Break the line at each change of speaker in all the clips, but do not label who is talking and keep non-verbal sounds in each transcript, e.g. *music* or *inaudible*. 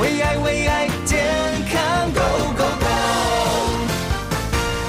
为爱为爱健康 Go Go Go！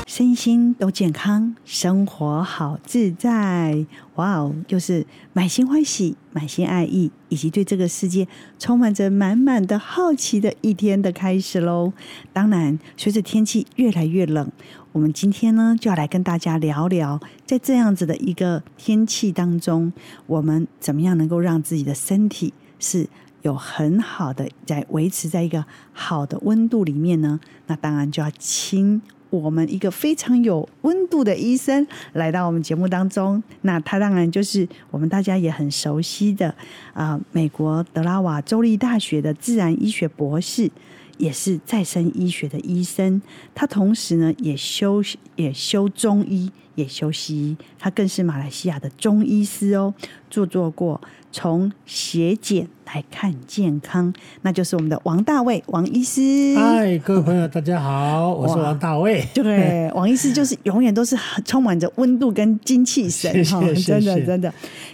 身心都健康，生活好自在。哇哦，就是满心欢喜、满心爱意，以及对这个世界充满着满满的好奇的一天的开始喽。当然，随着天气越来越冷，我们今天呢就要来跟大家聊聊，在这样子的一个天气当中，我们怎么样能够让自己的身体是有很好的在维持在一个好的温度里面呢？那当然就要亲。我们一个非常有温度的医生来到我们节目当中，那他当然就是我们大家也很熟悉的啊、美国德拉瓦州立大学的自然医学博士，也是再生医学的医生。他同时呢也修也修中医，也修西医，他更是马来西亚的中医师哦，著作过从血检来看健康，那就是我们的王大卫王医师。
嗨，各位朋友，大家好，我是王大卫。
对，王医师就是永远都是很充满着温度跟精气神
谢谢
哈，
谢
真的
谢
真的。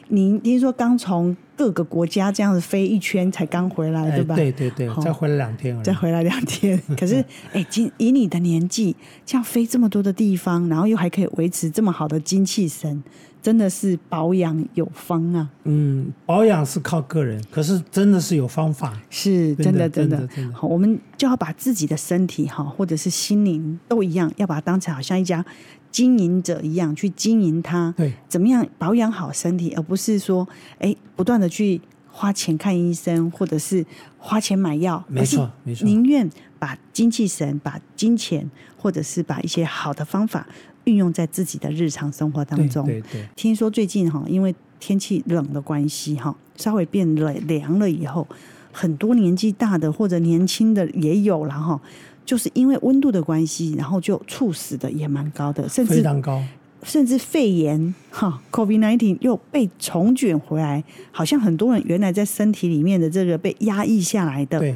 您听说刚从各个国家这样子飞一圈才刚回来，对吧？
哎对对对，
好
再回来两天而已
再。回来两
*laughs*
天，可是哎，今以你的年纪，这样飞这么多的地方，然后又还可以维持这么好的精气神，真的是保养有方啊！
嗯，保养是靠个人，可是真的是有方法。
是真
真
的，
的
真
真的
的
真，的
好，我们就要把自己的身体哈，或者是心灵都一样，要把它当成好像一家经营者一样去经营它。
对，
怎么样保养好身体，而不是说哎不断的去花钱看医生，或者是花钱买药。
没
而是
错没错
宁愿把精气神、把金钱，或者是把一些好的方法运用在自己的日常生活当
对
中。
对对，
听说最近哈，因为天气冷的关系哈，稍微变冷凉了以后，很多年纪大的或者年轻的也有了哈，就是因为温度的关系，然后就猝死的也蛮高的，甚
非
至
常高。
甚至肺炎哈，COVID nineteen 又被重卷回来，好像很多人原来在身体里面的这个被压抑下来的，
对，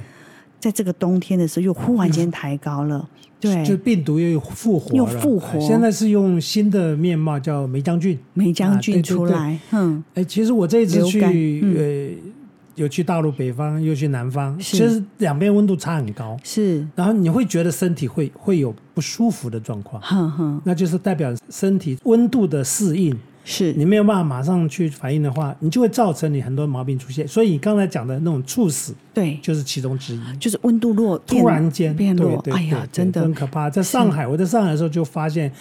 在这个冬天的时候又忽然间抬高了，
嗯
对，
就病毒又复活了，
哎
哎
又复活
现在是用新的面貌，叫梅将军。
梅将军
啊对对
出
对
来，嗯，
哎，其实我这一次
流
去
感，嗯
呃，有去大陆北方，又去南方，
是
其实两边温度差很高，
是，
然后你会觉得身体会会有不舒服的状况，
哼哼，
那就是代表身体温度的适应。
是，
你没有办法马上去反应的话，你就会造成你很多毛病出现。所以你刚才讲的那种猝死
对，
就是其中之一。
就是温度弱，变
突然间
变弱，
对对
哎
对
呀
对，
真的
很可怕。在上海，我在上海的时候就发现，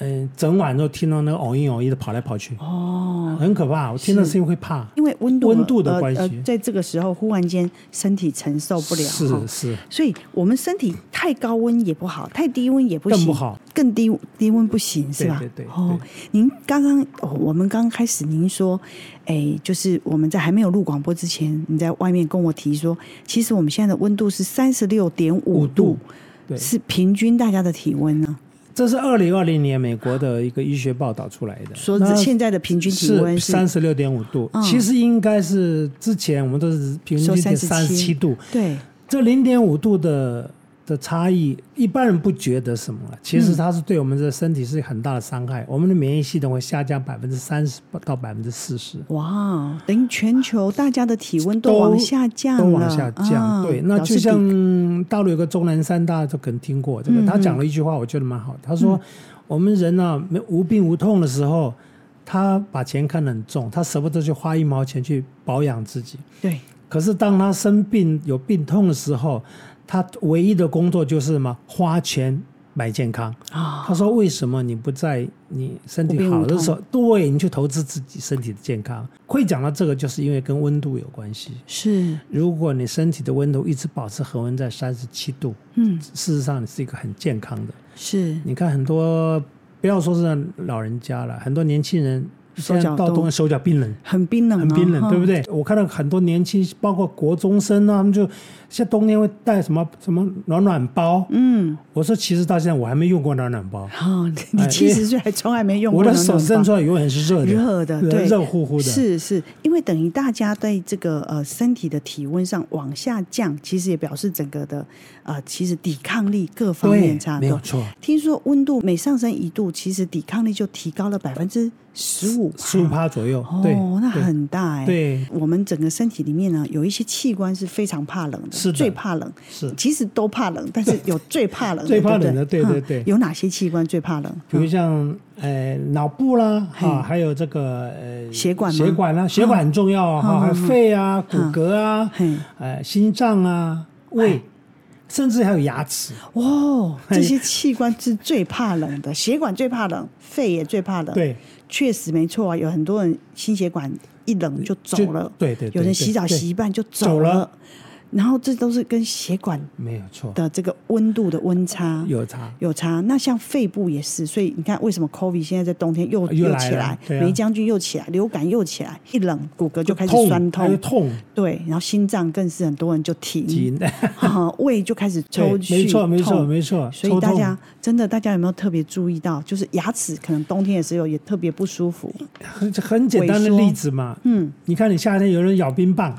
嗯、整晚都听到那个哦偶一偶一的跑来跑去，
哦，
很可怕。我听到声音会怕，
因为温度
温度的
呃
关系
呃在这个时候忽然间身体承受不了，哈
是是，
所以我们身体太高温也不好，太低温也不行，
更不好。
更低低温不行是吧？
对对对
哦，您刚刚哦，我们刚开始您说，哎，就是我们在还没有录广播之前，你在外面跟我提说，其实我们现在的温度是三十六点五
五
度
度，对
是平均大家的体温呢、
这是二零二零年美国的一个医学报道出来的，
说
那
现在的平均体温是
三十六点五度，
嗯
其实应该是之前我们都是平
说
均点
37
三十七度，
对，
这零点五度的的差异，一般人不觉得什么了，其实它是对我们的身体是很大的伤害，我们的免疫系统会下降百分之三十到百分之四十。
哇，哦等于全球大家的体温都往下降了，
都往下降，
啊
对，那
表示
就
比
像大陆有个钟南山，大家都可能听过这个，
嗯
他讲了一句话，我觉得蛮好的，他说、我们人呢、没无病无痛的时候，他把钱看得很重，他舍不得去花一毛钱去保养自己，
对
可是当他生病有病痛的时候，他唯一的工作就是什么？花钱买健康。
啊，
他说：“为什么你不在你身体好的时候，对你去投资自己身体的健康？”会讲到这个，就是因为跟温度有关系。
是，
如果你身体的温度一直保持恒温在三十七度，
嗯，
事实上你是一个很健康的。
是
你看很多，不要说是老人家了，很多年轻人
手
现
脚
在到
冻
冬天手脚冰冷，
很冰冷、哦，
很冰冷，
哈
对不？对？我看到很多年轻，包括国中生啊，他们就像冬天会带什么什么暖暖包。
嗯，
我说，其实到现在我还没用过暖暖包，
哦，你
哎
七十岁还从来没用过
我的
暖
手
暖
伸
包
出来永远是热的，
热的，
对
对，
热乎乎的。
是是，因为等于大家在这个呃身体的体温上往下降，其实也表示整个的呃，其实抵抗力各方面
对
差，
没有
多。
错，
听说温度每上升一度，其实抵抗力就提高了百分之十五，
十五趴左右，对
哦，那很大哎、
对，
我们整个身体里面呢，有一些器官是非常怕冷的，
是的
最怕冷，
是
其实都怕冷，但
*laughs*
是有最怕冷的，
最怕冷的
对不
对对
嗯
对
有哪些器官最怕冷？
比如像呃脑部啦哈，
嗯嘿
还有这个呃
血管吗
血管啦，血管很重要啊
嗯
哈，还有
嗯
肺啊、骨
嗯
骼啊
嘿、哎
呃心脏啊、胃，甚至还有牙齿。
哦，这些器官是最怕冷的，血管最怕冷，肺也最怕冷。，
对，
确实没错啊，有很多人心血管一冷就走
就
了，
对对对
有人洗澡
对对
洗一半就
走
走
了
了，然后这都是跟血管
没有错，
的这个温度的温差
有差。
有差。那像肺部也是，所以你看为什么 COVID 现在在冬天又
又来了
起来，
对啊
梅将军又起来，流感又起来，一冷骨骼就开始酸嗯
还有痛，
对，然后心脏更是很多人就停，
紧，
*laughs* 哈胃就开始抽
对
搐，
没错，没错，
痛
没错。
所以
抽
大
痛
家真的，大家有没有特别注意到，就是牙齿可能冬天的时候也特别不舒服，
很 *laughs* 很简单的例子嘛，
嗯，
你看你夏天有人咬冰棒，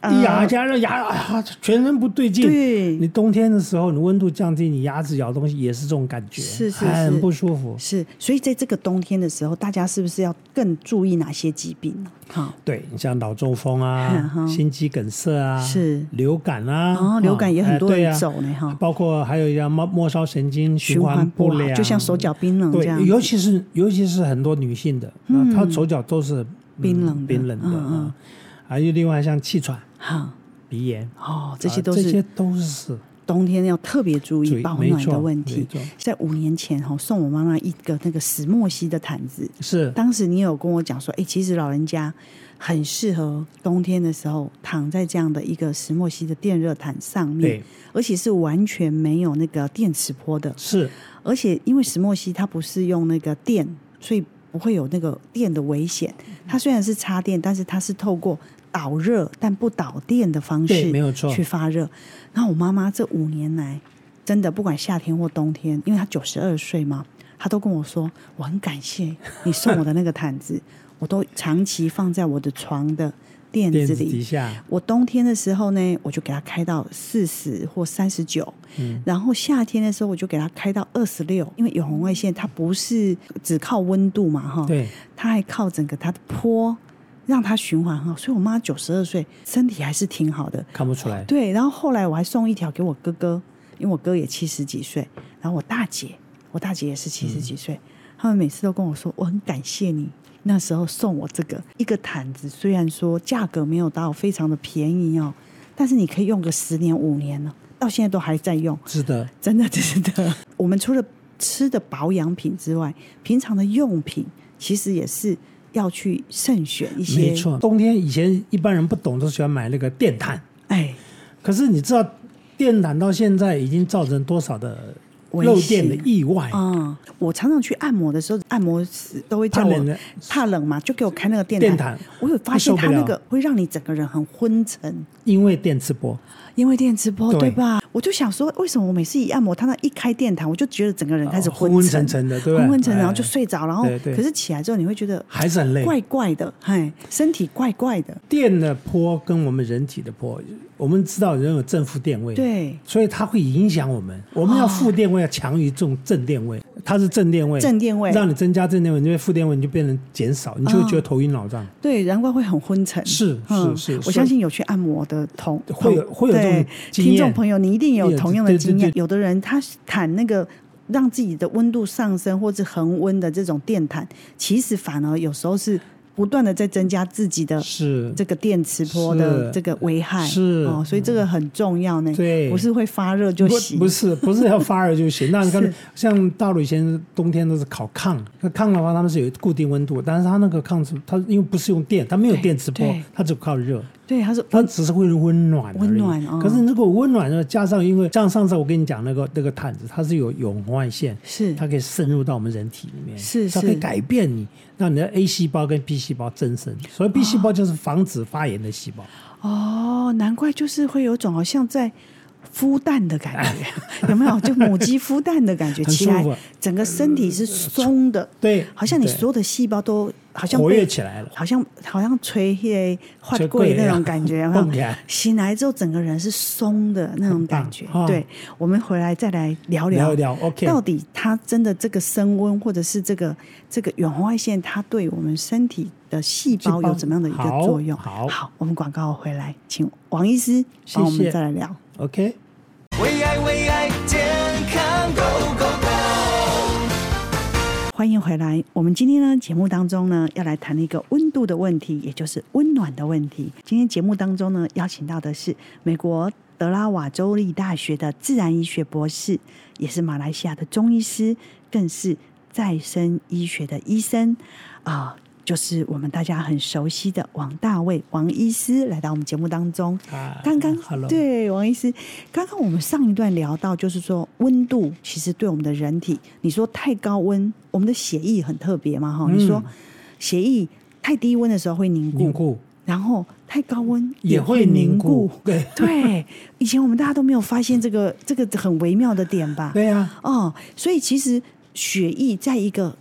啊
一咬加热牙啊，全身不对劲。
对
你冬天的时候，你温度降低，你牙齿咬东西也是这种感觉，
是是是
很不舒服。
是，所以在这个冬天的时候，大家是不是要更注意哪些疾病呢？哈，
对你像脑中风
嗯
啊、
哼
心肌梗塞啊、
是
流感啊，
哦流感也很多人
哎对啊
走呢哈
包括还有一样末末梢神经
循
环
环不好
良，，
就像手脚冰冷这样
对，，尤其是尤其是很多女性的，嗯，她手脚都是
冰冷的
冰冷的
嗯嗯
啊，还有另外像气喘、
哈，
鼻炎，
哦，这些
啊
都
这些
是
都是
冬天要特别注
注
意
意
保
没
暖的
错
问
没
题
错。
在五年前哈，送我妈妈一个那个石墨烯的毯子，
是
当时你有跟我讲说，哎、其实老人家很适合冬天的时候躺在这样的一个石墨烯的电热毯上面
对，
而且是完全没有那个电磁波的， *laughs*
是
而且因为石墨烯它不是用那个电，所以不会有那个电的危险。
嗯
它虽然是插电，但是它是透过导热但不导电的方式，
对没有错
去发热。然后我妈妈这五年来，真的不管夏天或冬天，因为她九十二岁嘛，她都跟我说，我很感谢你送我的那个毯子，我都长期放在我的床的垫
垫
子
子
里，
底下，
我冬天的时候呢，我就给它开到四十或三十九，然后夏天的时候我就给它开到二十六，因为有红外线它不是只靠温度嘛，哈，
对，
它还靠整个它的坡让它循环哈，所以我妈九十二岁，身体还是挺好的。
看不出来，
对，然后后来我还送一条给我哥哥，因为我哥也七十几岁，然后我大姐，我大姐也是七十几岁，
嗯
他们每次都跟我说，我很感谢你那时候送我这个一个毯子，虽然说价格没有到非常的便宜哦，但是你可以用个十年五年了，到现在都还在用，
是的，
真的真的。我们除了吃的保养品之外，平常的用品其实也是要去慎选一些，
没，错。冬天以前一般人不懂，都喜欢买那个电毯，
哎，
可是你知道电毯到现在已经造成多少的
危
漏电的
险
意外？
嗯，我常常去按摩的时候，按摩师都会叫
怕
我
冷的
怕冷嘛，就给我开那个电
电毯
我有发现
受不
它那
了
个会让你整个人很昏沉，
因为电磁波，
因为电磁波，对
对
吧？我就想说，为什么我每次一按摩，它那一开电毯，我就觉得整个人开始
哦昏昏
沉、
沉沉的对不对
昏昏沉，
哎
然后就睡着，然后
对对
可是起来之后，你会觉得
还是很累
怪怪的，哎，身体怪怪的，
电的波跟我们人体的波，我们知道人有正负电位，，
对，哦
所以它会影响我们。我们要负电位要强于这种正电位，它是正电位，
正电位
让你增加正电位，因为负电位你就变成减少，你就会
哦
觉得头晕脑胀。
对，难怪会很昏沉。
是
嗯
是是
我
所以
相信有去按摩的同
会有
同
会有这种
对
经验
听众朋友，你一定有
有
同样的
对对
经验。
对
有的人他弹那个。让自己的温度上升或者恒温的这种电毯，其实反而有时候是不断的在增加自己的
是
这个电磁波的
是
这个危害，
是
哦，所以这个很重要呢。
对
不是会发热就
不
行，
不是不是要发热就行。
*laughs*
那你
是
看，像大陆以前冬天都是烤炕，那炕的话他们是有固定温度，但是它那个炕是它因为不是用电，它没有
对
电磁波
对，
它只靠热。
对，他说
它只是会温暖而已，
温暖哦
可是如果温暖呢，加上因为像上次我跟你讲那个那个毯子，它是有有红外线，
是
它可以渗入到我们人体里面，
是
它可以
是
改变你，让你的 A 细胞跟 B 细胞增生。所以 B 细胞就是防止发炎的细胞，
哦，难怪就是会有种好像在孵蛋的感
*laughs*
觉，有没有？就母鸡孵蛋的感觉，
很
起
舒服啊
来整个身体是松的，
对
好像你
对
所有的细胞都好像
活
被
跃起来了
好像好像吹黑换
吹
柜
柜
那种
啊
感觉，有没
蹦起
有
来？
醒来之后整个人是松的那种感觉
很。棒啊
对，我们回来再来聊
聊一聊，OK
到底它真的这个升温或者是这个这个远红外线，它对我们身体的细
细
胞有
胞
怎么样的一个
好
作用？
好
好，我们广告回来，请王医师帮我
谢
们
谢
再来聊。
OK，
为爱为爱健康 Go Go Go，
欢迎回来。我们今天呢节目当中呢，要来谈一个温度的问题，也就是温暖的问题。今天节目当中呢，邀请到的是美国德拉瓦州立大学的自然医学博士，也是马来西亚的中医师，更是再生医学的医生啊、就是我们大家很熟悉的王大卫王医师来到我们节目当中。
啊
刚刚
Hello，
对王医师，刚刚我们上一段聊到，就是说温度其实对我们的人体，你说太高温，我们的血液很特别嘛哈、
嗯
你说血液太低温的时候会凝固，
凝固
然后太高温
也会凝固，
*laughs*
对 *laughs*
对，以前我们大家都没有发现这个这个很微妙的点吧？
对呀、啊
*laughs* 哦，所以其实血液在一个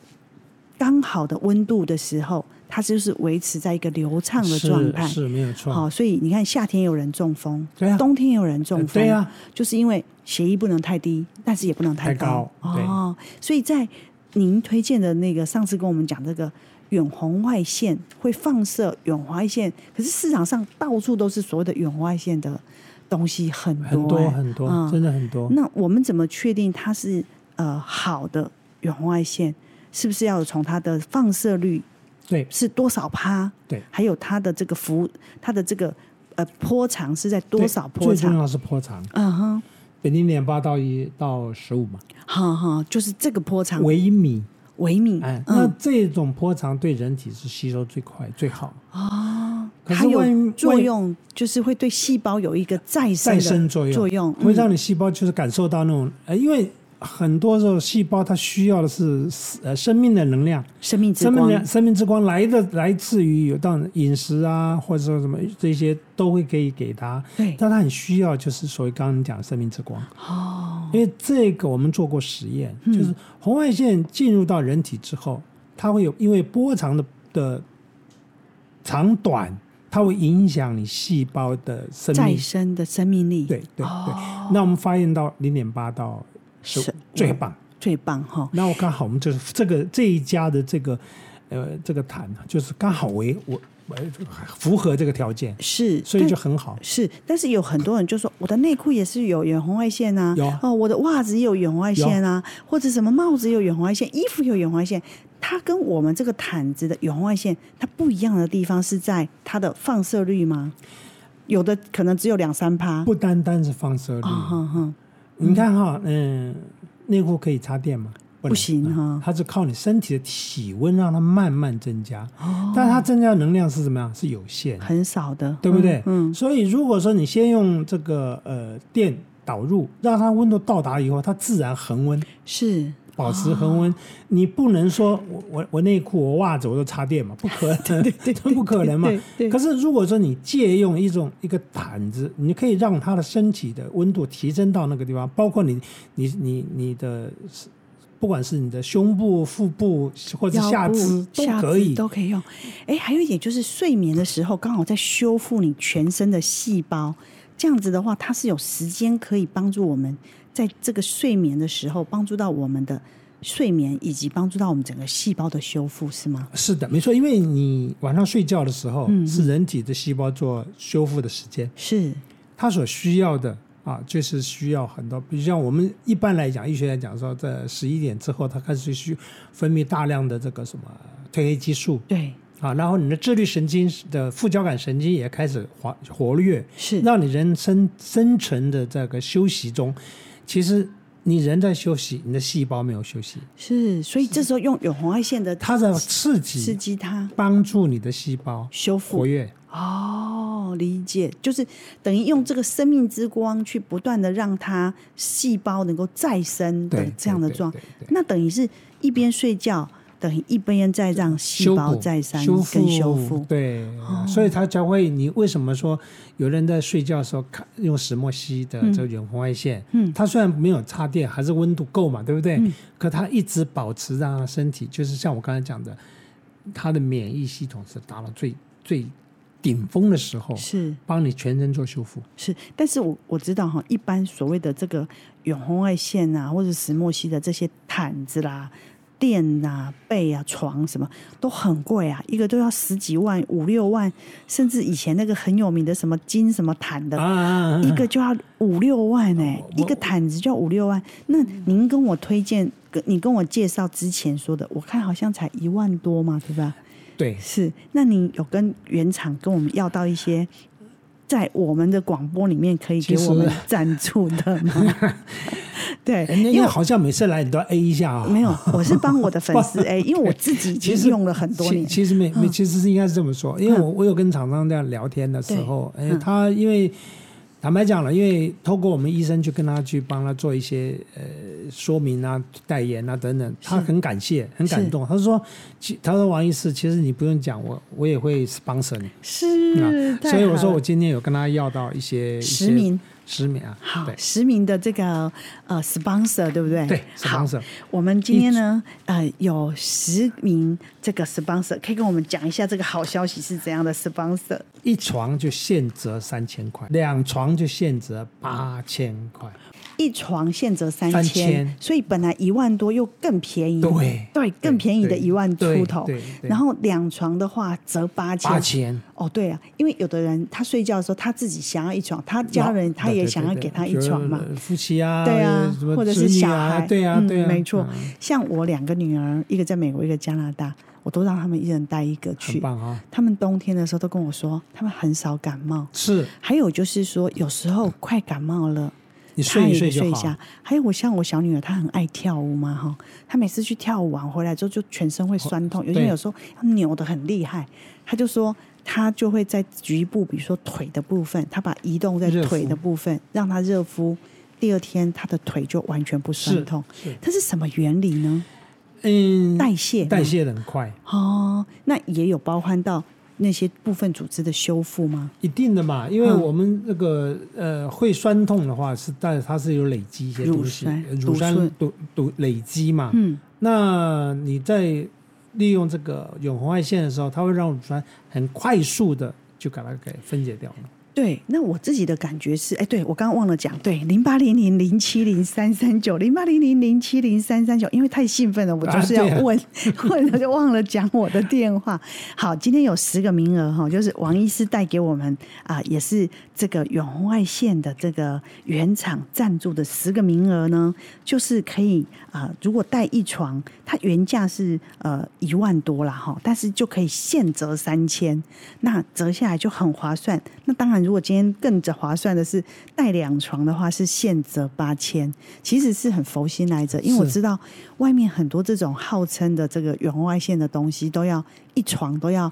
刚好的温度的时候，它就是维持在一个流畅的状态。
是是没有错。
好、所以你看，夏天有人中风，
对啊
冬天有人中
呃
风，
对啊
就是因为血液不能太低，但是也不能太高。
太高对
哦，所以在您推荐的那个上次跟我们讲这个远红外线会放射远红外线，可是市场上到处都是所谓的远红外线的东西很多、
很多
哎
很多，
嗯
真的很多。
那我们怎么确定它是呃好的远红外线？是不是要从它的放射率
对
是多少趴？
对
还有它的这个幅，它的这个呃波长是在多少
对
波
最重
长？
要是波长，
嗯哼，
零点八到一到十五嘛，
好好，就是这个波长
微米。
微米，
哎，那
嗯，
这种波长对人体是吸收最快最好。
哦，
可
它
是万
有
一
作用，就是会对细胞有一个再生
再
的
生作用
作用，
会让
嗯
你细胞就是感受到那种，呃，因为很多时候细胞它需要的是呃生命的能量，
生命之
生命
光，
的生命之光来的来自于有当然饮食啊，或者说什么这些都会可以给它，
对，
但它很需要就是所谓刚刚你讲的生命之光，
哦，嗯
因为这个我们做过实验，就是红外线进入到人体之后，它会有因为波长的的长短，它会影响你细胞的生
再
命。
生的生命力，
对对对，
哦嗯
那我们发现到零点八到十
是
最棒。
最棒哈，
那我刚好我们就是这个这一家的这个呃这个谈啊，就是刚好为我我符合这个条件，
是，
所以
但
就很好。
是，但是有很多人就说，我的内裤也是有远红外线啊，
有啊
哦，我的袜子也有远红外线啊，或者什么帽子也有远红外线，衣服有远红外线。它跟我们这个毯子的远红外线，它不一样的地方是在它的放射率吗？有的可能只有两三趴，
不单单是放射率，
啊哈哈，
你看哈，嗯，内裤可以插电吗？不能嗯
不行嗯哈
它是靠你身体的体温让它慢慢增加，但它增加的能量是怎么样？是有限的，
哦很少的，
对不对？
嗯，嗯
所以如果说你先用这个呃电导入，让它温度到达以后，它自然恒温，
是
保持恒温。你不能说我我我内裤我袜子我都插电
*laughs*
嘛，不可能， *laughs* 不可能嘛
对对。
可是如果说你借用一种一个毯子，你可以让它的身体的温度提升到那个地方，包括你你你你的。不管是你的胸部、腹部或者
腰
下
部
肢都
下
可以
肢，都可以用。哎，还有一点就是睡眠的时候，刚好在修复你全身的细胞，这样子的话，它是有时间可以帮助我们在这个睡眠的时候，帮助到我们的睡眠，以及帮助到我们整个细胞的修复，是吗？
是的，没错，因为你晚上睡觉的时候、
嗯
是人体的细胞做修复的时间，
是
它所需要的啊，就是需要很多，比如像我们一般来讲，医学来讲说，在十一点之后，它开始需分泌大量的这个什么褪黑激素
对，
啊，然后你的自律神经的副交感神经也开始活活跃，
是
让你人深深层的这个休息中，其实你人在休息，你的细胞没有休息，
是，所以这时候用远红外线的
它在刺
刺
激
激它
帮助你的细胞
修
活
复。
跃。
哦，理解，就是等于用这个生命之光去不断的让它细胞能够再生的
对
这样的
对对
状
对对，
那等于是一边睡觉，等于一边在让细
修
胞
补、
再生
修复、
跟修复。哦
对，所以它才会。你为什么说有人在睡觉的时候看用石墨烯的这个远红外线？嗯，它虽然没有插电，还是温度够嘛，对不对？
嗯
可它一直保持让它身体，就是像我刚才讲的，它的免疫系统是达到最最顶峰的时候，
是
帮你全身做修复。
是，但是我我知道哈，一般所谓的这个远红外线啊，或者石墨烯的这些毯子啦，垫啊、被啊、床什么都很贵啊，一个都要十几万、五六万，甚至以前那个很有名的什么金什么毯的，
啊啊，啊
呃一个就要五六万哎、
哦我
一个毯子就要五六万。那您跟我推荐，跟你跟我介绍之前说的，我看好像才一万多嘛，对吧？
对，
是，那你有跟原厂跟我们要到一些在我们的广播里面可以给
其实
我们赞助的
*laughs*
吗？对，
哎那
因
那
为
好像每次来你都要 A 一下啊、
没有，我是帮我的粉
*laughs*
丝哎，因为我自己已
其
经
实
用了很多
其
年，嗯
其实没没，其实是应该是这么说，因为我我有跟厂商这样聊天的时候，
嗯
哎，他因为坦白讲了，因为透过我们医生去跟他去帮他做一些呃说明啊、代言啊等等，他很感谢、很感动。他说，其他说王医师，其实你不用讲，我我也会 sponsor 你。
是
啊，，
嗯太
所以我
好
说
了
我今天有跟他要到一些一些
实名
实名啊，
好
对，
实名的这个呃 sponsor 对不对？
对
好
sponsor
我们今天呢呃有十名这个 sponsor，可以跟我们讲一下这个好消息是怎样的 sponsor？
一床就现折三千块，两床就现折八千块。
一床现折三
三
千
千，
所以本来一万多又更便宜，
对
对，更便宜的
对
一万出头
对对。对
然后两床的话折八千，
八千
哦，对啊，因为有的人他睡觉的时候他自己想要一床，他家人他也想要给他一床嘛
对，对对对夫妻啊，
对啊
什么，
或者
子
是
女
小
啊
孩，
对啊，
嗯
对啊，
没错
嗯。
像我两个女儿，一个在美国，一个加拿大，我都让他们一人带一个
很
去。
棒啊，
他们冬天的时候都跟我说，他们很少感冒。
是
还有就是说，有时候快感冒了。
你睡一
睡
睡就
一
好
下。。还有我像我小女儿，她很爱跳舞嘛，哈，她每次去跳舞完回来之后，就全身会酸痛，有些人
哦对
有时候她扭得很厉害，她就说。她就会在局部，比如说腿的部分，她把移动在
热敷
腿的部分，让她热敷，第二天她的腿就完全不酸
是
痛
是。
它是什么原理呢？
嗯，
代谢吗
代谢的很快，
哦，那也有包含到那些部分组织的修复吗？
一定的嘛，因为
嗯
我们那个呃会酸痛的话是，但是它是有累积一些
乳
东西
酸，
呃
乳
乳酸
酸
毒毒累积嘛。
嗯，
那你在利用这个永红外线的时候，它会让乳酸很快速的就把它给分解掉了。
对，那我自己的感觉是，哎，对我刚刚忘了讲，对，零八零零零七零三三九，零八零零零七零三三九，因为太兴奋了，我就是要
啊对啊
问， *laughs* 问了就忘了讲我的电话。好，今天有十个名额哈，就是王医师带给我们啊、也是这个远红外线的这个原厂赞助的十个名额呢，就是可以啊、如果带一床，它原价是呃一万多啦哈，但是就可以现折三千，那折下来就很划算。那当然，如果今天更划算的是带两床的话，是现折八千，其实是很佛心来着，因为我
是
知。知道外面很多这种号称的这个远红外线的东西，都要一床都要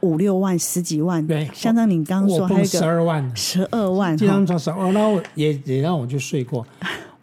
五六万、十几万
对，
相当你刚刚说
我
还有
蹦
一
十
个
二万呢，
十二万
这张
哈，
床上，哦，然后也也让我去睡过，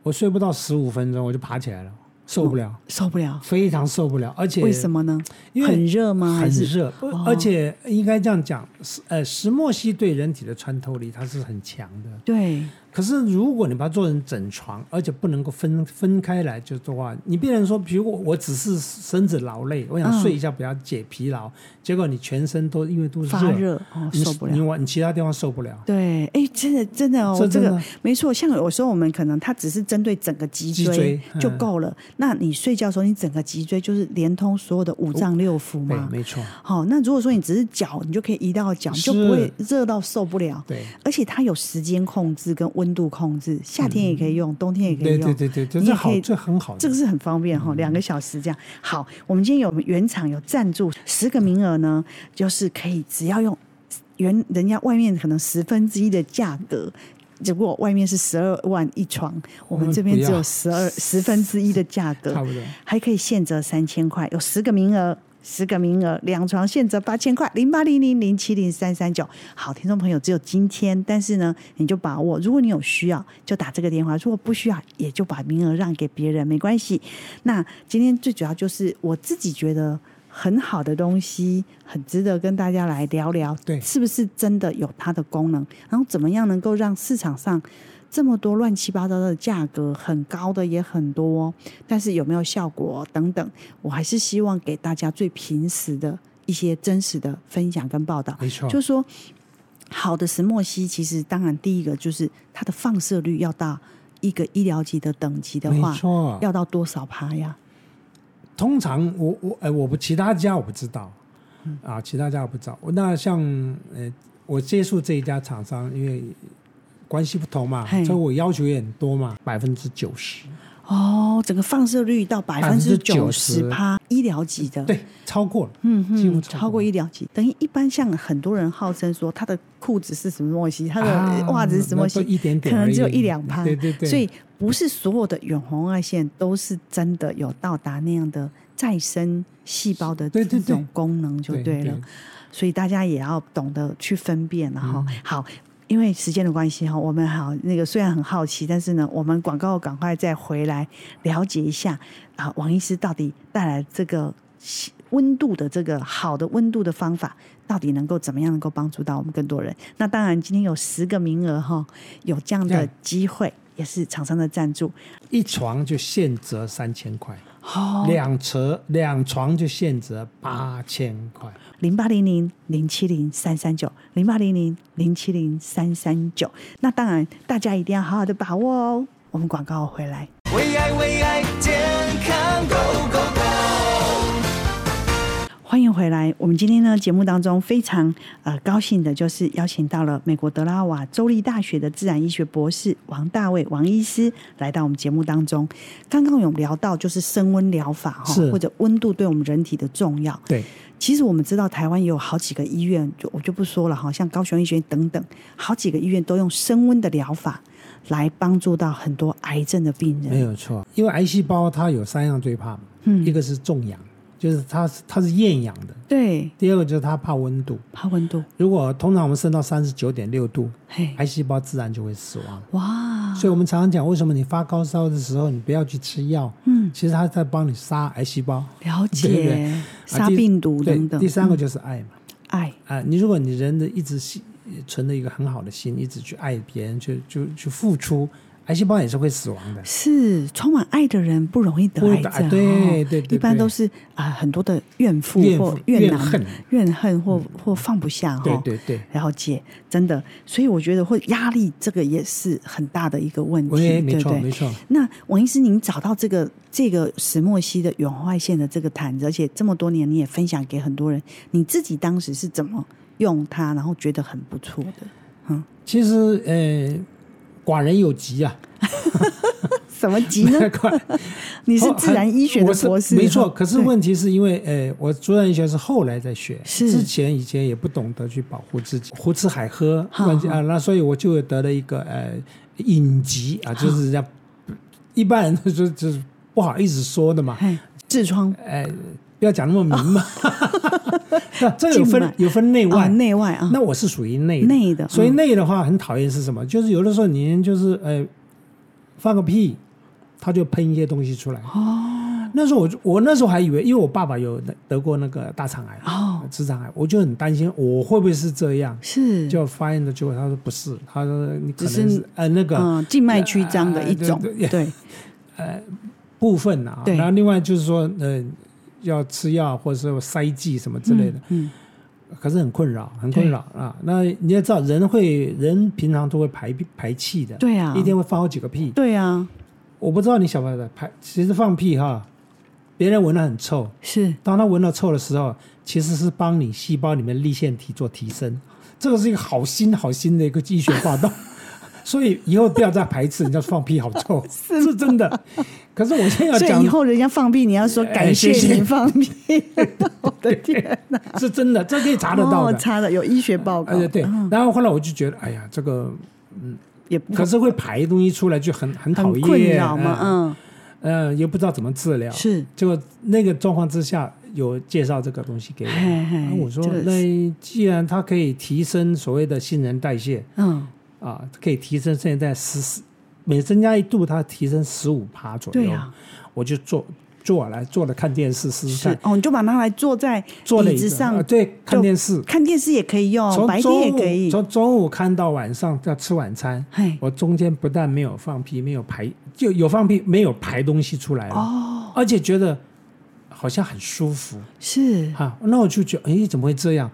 我睡不到十五分钟我就爬起来了，受不了，
受不了，
非常受不了，而且
为什？么呢？
因为
很热吗？还
很
是哦
热，不而且应该这样讲，石呃石墨烯对人体的穿透力它是很强的。
对，
可是如果你把它做成整床，而且不能够分分开来，就的话，你变成说，比如我我只是身子劳累，我想
嗯
睡一下，不要解疲劳，结果你全身都因为都是
发热哦，
你
受不
你
了。
往你其他地方受不了。
对，哎，真的真的哦，
这
这
真的
个没错。像有时候我们可能它只是针对整个脊
脊
椎
椎
就
嗯
够了。那你睡觉的时候，你整个脊椎就是连通所有的五脏六腑
对
嘛，。
没错，
好、那如果说你只是脚，你就可以移到脚，你就不会热到受不了。
对
而且它有时间控制跟温度控制，夏天也可以用，冬天也可以
嗯对
用。
对对对，这
你
这
也可
好
以，，
这很好的，嗯
这个是很方便哈、两个小时这样。好，我们今天有原厂有赞助十个名额呢，就是可以只要用原人家外面可能十分之一的价格。如果外面是十二万一床，我们
嗯
这边
不
只
要
有十
*laughs*
二十分之一的价格，
差不多
还可以现折三千块，有十个名额。十个名额，两床现折八千块，零八零零零七零三三九。好，听众朋友，只有今天，但是呢，你就把握。如果你有需要，就打这个电话；如果不需要，也就把名额让给别人，没关系。那今天最主要就是我自己觉得很好的东西，很值得跟大家来聊聊，
对
是不是真的有它的功能？然后怎么样能够让市场上这么多乱七八糟的价格，很高的也很多、但是有没有效果等等，我还是希望给大家最平时的一些真实的分享跟报道。
没错
就说好的石墨烯，其实当然第一个就是它的放射率要到一个医疗级的等级的
没
话，
错，
要到多少趴呀？
通常我我呃我不其他家我不知道，
嗯
啊，其他家我不知道。那像呃我接触这一家厂商，因为关系不同嘛，
嘿
所以我要求也很多嘛，百分之九十，
哦，整个放射率到百分之九十趴，医疗级的，，
对，超过了，
嗯
几乎
嗯，
超过
超过医疗级，等于一般像很多人号称说他的裤子是什么东西，他
啊
的袜子是什么东西，
那都一点点
可能只有
而已
一两趴，
对对对
所以不是所有的远红外线都是真的有到达那样的再生细胞的
对
这
对对
种功能就对了。所以大家也要懂得去分辨了哈。好，因为时间的关系哈，我们好那个虽然很好奇，但是呢，我们广告赶快再回来了解一下啊，王医师到底带来这个温度的这个好的温度的方法，到底能够怎么样能够帮助到我们更多人？那当然，今天有十个名额哈，有这样的
对
机会，也是厂商的赞助
一床就现折三千块，
哦。
两折两床就现折八千块。
零八零零零七零三三九，零八零零零七零三三九。那当然，大家一定要好好的把握哦。我们广告回来。
为爱为爱健康 Go Go Go，
欢迎回来。我们今天呢节目当中非常呃高兴的，就是邀请到了美国德拉瓦州立大学的自然医学博士王大卫王医师来到我们节目当中。刚刚有聊到就是升温疗法哈
是，
或者温度对我们人体的重要。
对，
其实我们知道台湾也有好几个医院，就我就不说了哈，像高雄医学院等等，好几个医院都用升温的疗法来帮助到很多癌症的病
没
人。
有错，因为癌细胞它有三样最怕嘛，
嗯
一个是重氧，就是它是它是厌氧的；
对，
第二个就是它怕温度。
怕温度，
如果通常我们升到三十九点六度，
嘿，
癌细胞自然就会死亡。
哇，
所以我们常常讲，为什么你发高烧的时候你不要去吃药？
嗯，
其实它在帮你杀癌细胞，
了
对不对
解
啊，
杀
第
病毒
对
等等。
第三个就是爱嘛，
爱，
啊，你如果你人的一直心存着一个很好的心，一直去爱别人，就就去付出，癌细胞也是会死亡的。
是充满爱的人不容易得
不
癌
会得哎
症，
对
哦
对对
一般
对
都是啊、很多的怨妇
怨
或
妇
怨
怨
男
恨、嗯
怨恨或或放不下哈、
对对对，
了解，真的，所以我觉得会压力这个也是很大的一个问
喂，
题，
没
对不
错没
对？
错。
那王医师，您找到这个这个石墨烯的远红外线的这个毯子，而且这么多年你也分享给很多人，你自己当时是怎么用它，然后觉得很不错的？
其实呃，寡人有疾啊，
什么级呢？
*laughs* 寡
嗯 *laughs*
哦
你是自然医学的博
我
士，
是
*laughs*
没错。可是
对
问题是因为呃，我自然医学是后来在学，
是
之前以前也不懂得去保护自己，胡吃海喝
好
乱七
好
啊，那所以我就得了一个呃隐疾啊，就是人家一般人 *laughs* 就就是不好意思说的嘛，
嘿痔疮
哎，不要讲那么明嘛。 *laughs*
*laughs*
那这有
静脉
分有分内
啊，
外，
内外啊，
那我是属于内的
内的
所以
嗯
内的话很讨厌是什么？就是有的时候你就是呃放个屁，他就喷一些东西出来。哦，那时候我就我那时候还以为，因为我爸爸有得过那个大肠癌，
哦，
直肠癌，我就很担心我会不会是这样。
是
就发现的结果，他说不是，他说你可
只
能
是
是呃那个、
嗯静脉曲张的一种，
呃对对
对，
部分啊，
对
然后另外就是说呃要吃药或者说塞剂什么之类的，
嗯，
可是很困扰，很困扰啊。那你也知道，人会人平常都会排排气的，
对啊
一天会放好几个屁。
对啊，
我不知道你晓不晓得排，其实放屁哈，别人闻得很臭，
是
当他闻到臭的时候，其实是帮你细胞里面立腺体做提升，这个是一个好新好新的一个医学
*laughs*
报道。所以以后不要再排斥人家放屁好
*laughs*
臭，是真的。可是我现在要
所以
讲
以，后人家放屁，你要说
哎
感谢
谢谢
你放
*laughs*
屁。我的天哪，
是真的，这可以查得到
哦
的。
查嗯的有医学报告
哎，，对，然后后来我就觉得，哎呀，这个
也不
可是会排东西出来就很很讨
很
厌，
困扰嘛，嗯，
嗯，呃，也不知道怎么治疗。
是，
就那个状况之下，有介绍这个东西给我，
嘿嘿
啊我说
这个是
那既然它可以提升所谓的新陈代谢
嗯，
啊，可以提升现在十四，每增加一度它提升十五趴左右，
对啊
我就做做来做了看电视试试
是
看，
哦，你就把它来坐在
做了
椅
一
子
个啊
上，
对看
就
电视，
看电视也可以用，哦白
从
天也
中
可以
午，从中午看到晚上要吃晚餐
嘿，
我中间不但没有放屁，没有排，就有放屁，没有排东西出来哦，而且觉得好像很舒服
是
哈、那我就觉得，哎，怎么会这样？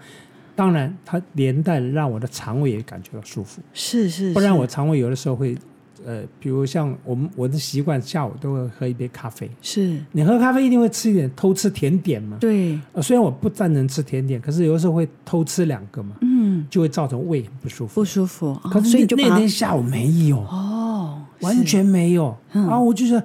当然，它连带让我的肠胃也感觉到舒服，
是是，
不然
是
我肠胃有的时候会呃，比如像我们我的习惯，下午都会喝一杯咖啡。
是，
你喝咖啡一定会吃一点，偷吃甜点嘛。
对，
呃，虽然我不赞成吃甜点，可是有的时候会偷吃两个嘛，
嗯，
就会造成胃很不舒服。
不舒服，哦
可是
所以
那
就把
那
它
天下午没有，
哦，
完
是
全没有。
嗯
然后我就觉得，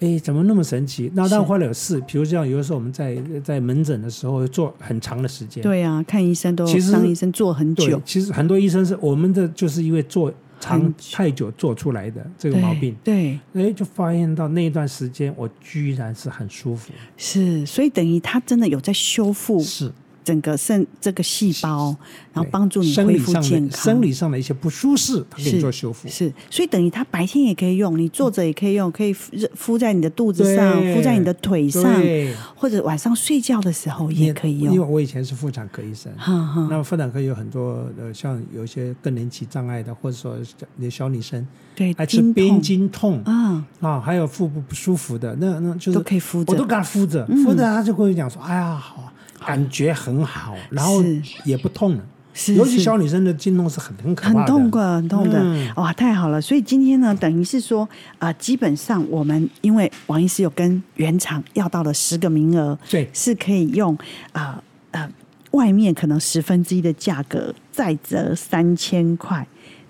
哎，怎么那么神奇？那
是
但后来有事，比如像有的时候我们在在门诊的时候做很长的时间，
对啊，看医生都
其实
让医生坐很
对
久，
其实很多医生是我们的，就是因为做长
很
太久做出来的这个毛病，
对，
哎，就发现到那一段时间我居然是很舒服，
对是，所以等于他真的有在修复
是
整个肾这个细胞，然后
对
帮助你
生
恢
理
复
上
健
的
康。
生理上的一些不舒适，它给
是
你做修复。
是，所以等于它白天也可以用，你坐着也可以用，可以敷敷在你的肚子上，
对
敷在你的腿上，
对，
或者晚上睡觉的时候也可以
因为
用。
我以前是妇产科医生，
哈哈，
那妇产科有很多呃，像有一些更年期障碍的，或者说小小女生
对，
爱吃
哎经
边
痛
经痛
啊，
啊，还有腹部不舒服的，那那就是
都可以敷
我
着。
都
嗯
给他敷着，敷着他就跟我讲说，哎呀，好，感觉很好，然后
是
也不痛了。
是
尤其
是
小女生的经痛是很很可
很
怕的，
痛的，很痛的，
嗯
哇，太好了！所以今天呢，等于是说，啊，基本上我们因为王医师有跟原厂要到了十个名额，
对
是可以用啊呃外面可能十分之一的价格再折三千块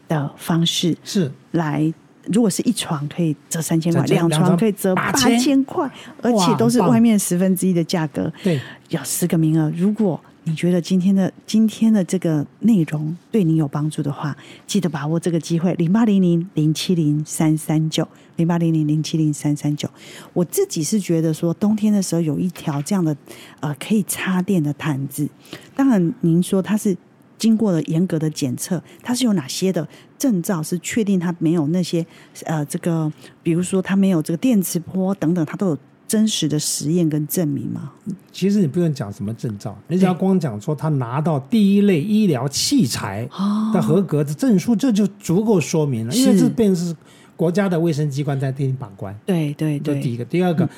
的方式
是
来。如果是一床可以折三千块，
折折
两
两
床
床
可以折八
8000
千块，而且
哇
都是
很棒
外面十分之一的价格。
对，
有十个名额。如果你觉得今天的今天的这个内容对你有帮助的话，记得把握这个机会，零八零零零七零三三九，零八零零零七零三三九。我自己是觉得说，冬天的时候有一条这样的呃可以插电的毯子，当然您说它是。经过了严格的检测，它是有哪些的证照是确定它没有那些呃这个，比如说它没有这个电磁波等等，它都有真实的实验跟证明吗？
其实你不用讲什么证照，你只要光讲说他拿到第一类医疗器材的合格的证书，这就足够说明了，因为
哦是
这便是国家的卫生机关在替你把关。
对对
这第
对，嗯
一个，第二个，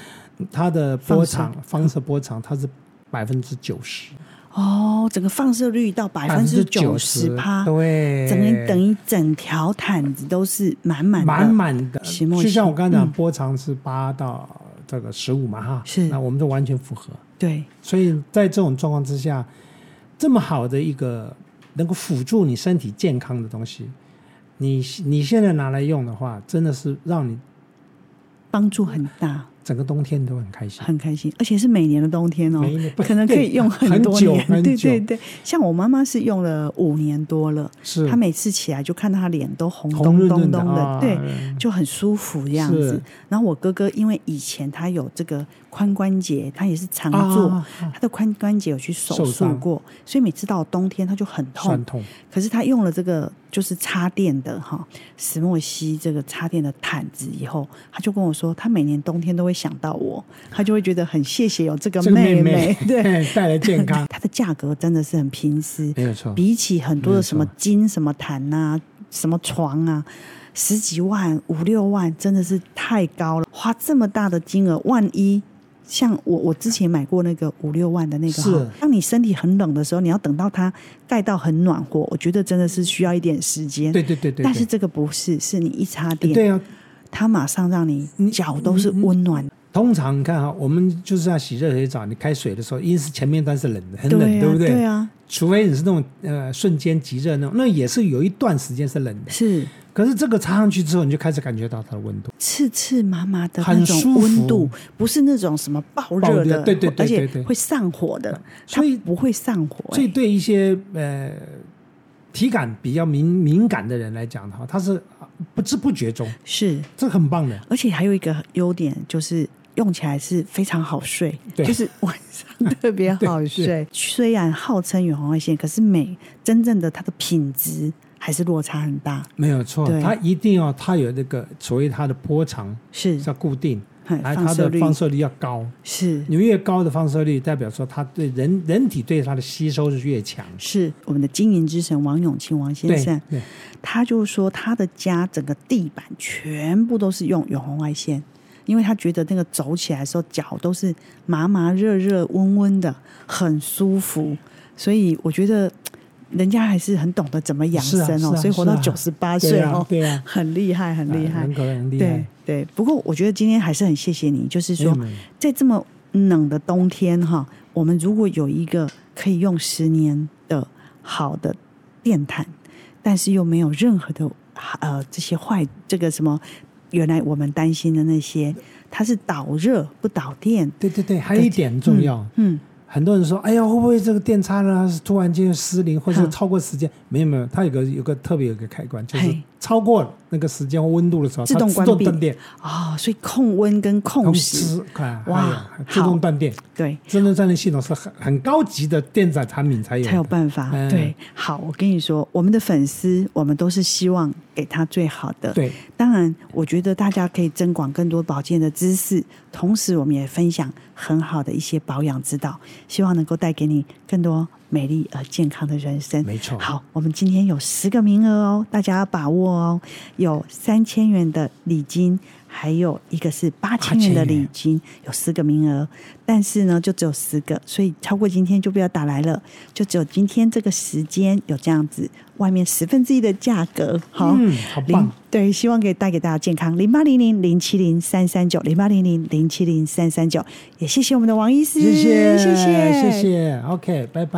它的波
放射
长放射波长它是百分之九十，
哦，整个放射率到百分之九十趴，
对，
整个等于整条毯子都是满满的，
满满的，
石墨
就像
烯
我刚才讲，波长是八到这个十五嘛，哈，
是
那我们就完全符合。
对，
所以在这种状况之下，这么好的一个能够辅助你身体健康的东西，你你现在拿来用的话，真的是让你
帮助很大，
整个冬天都很开心。
很开心，而且是每年的冬天哦
每一年，不
可能可以用
对
多
很久
年，
很
对
久
对对。像我妈妈是用了五年多了，
是
她每次起来就看到她脸都红
红
咚
润
咚
润的
咚的，
啊
对，
嗯
就很舒服这样子
是。
然后我哥哥因为以前他有这个髋关节，他也是常坐，
啊啊
他的髋关节有去手
受
术
伤
过，所以每次到冬天他就很痛
酸。痛，
可是他用了这个就是插电的哈石墨烯这个插电的毯子以后，他就跟我说，他每年冬天都会想到我，他就会觉得很谢谢有这个
这个妹
妹
*laughs*
对，，
带来健康
*laughs* 它的价格真的是很平实，
没有错
比起很多
嗯没
的
有
什么
错
金什么毯啊、什么床啊，十几万、五六万真的是太高了，花这么大的金额，万一。像我，我之前买过那个五六万的那个哈，
是
当你身体很冷的时候，你要等到它盖到很暖和，我觉得真的是需要一点时间。
对对对对
但是
对
这个不是，是你一插电，
对啊，
它马上让你脚都是温暖的。
通常你看啊，我们就是要洗热水澡，你开水的时候，一定是前面一段是冷的，很冷，
对啊，
不对？
对啊，
除非你是那种呃瞬间急热那种，那也是有一段时间是冷的。
是。
可是这个插上去之后，你就开始感觉到它的温度。
刺刺麻麻的
很
那
舒
种
服
温度，不是那种什么爆热
爆
的，
热对对对
而且
对对啊
会上火的，它
所以
不会上火、
所以
欸。
对一些呃体感比较敏敏感的人来讲的话，它是不知不觉中，
是，
这很棒的。
而且还有一个优点就是。用起来是非常好睡，
对
就是晚上特别好睡。虽然号称远红外线，可是每真正的它的品质还是落差很大。
没有错
对，
它一定要它有那个所谓它的波长
是
是，要固定，
嗯
还有
放
它
射
的
率
放射率要高。
是
你越高的放射率，代表说它对人人体对它的吸收是越强。
是，我们的经营之神王永庆王先
对
生，
对，
他就说他的家整个地板全部都是用远红外线，因为他觉得那个走起来的时候脚都是麻麻热热温温的，很舒服。所以我觉得人家还是很懂得怎么养
是啊
生哦，
是啊
所以活到
是
九
啊
十八
对
岁
啊
哦，
对啊
很厉害，很厉害
很，可哎能很厉
对
害。
对。不过我觉得今天还是很谢谢你，就是说
没有没有
在这么冷的冬天哈，我们如果有一个可以用十年的好的电毯，但是又没有任何的呃这些坏这个什么。原来我们担心的那些，它是导热不导电，
对对对，还有一点很重要，
嗯，
很多人说，哎呀，会不会这个电插呢是突然间失灵，或者
嗯
超过时间？没有没有，它有个有个特别有个开关，就是
嘿
超过那个时间或温度的时候，
自
啊它
动
自
关
动
闭
断电，
哦，所以控温跟控湿，
时啊，
哇
哇，自
好
动断电，
对，
自动断电系统是很很高级的电子产品才有的，
才有办法。
嗯
对，好，我跟你说，我们的粉丝，我们都是希望给他最好的。，
对，
当然，我觉得大家可以增广更多保健的知识，同时我们也分享很好的一些保养指导，希望能够带给你更多美丽而健康的人生。
没错
好，我们今天有十个名额哦，大家要把握哦，有三千元的礼金。还有一个是八千元的
8000元
礼金，有十个名额，但是呢，就只有十个，所以超过今天就不要打来了，就只有今天这个时间有这样子，外面十分之一的价格，好，
嗯好棒
零对，希望可以带给大家健康。零八零零零七零三三九，零八零零零七零三三九，也谢谢我们的王医师，
谢谢
谢谢，
谢。谢，OK，拜拜。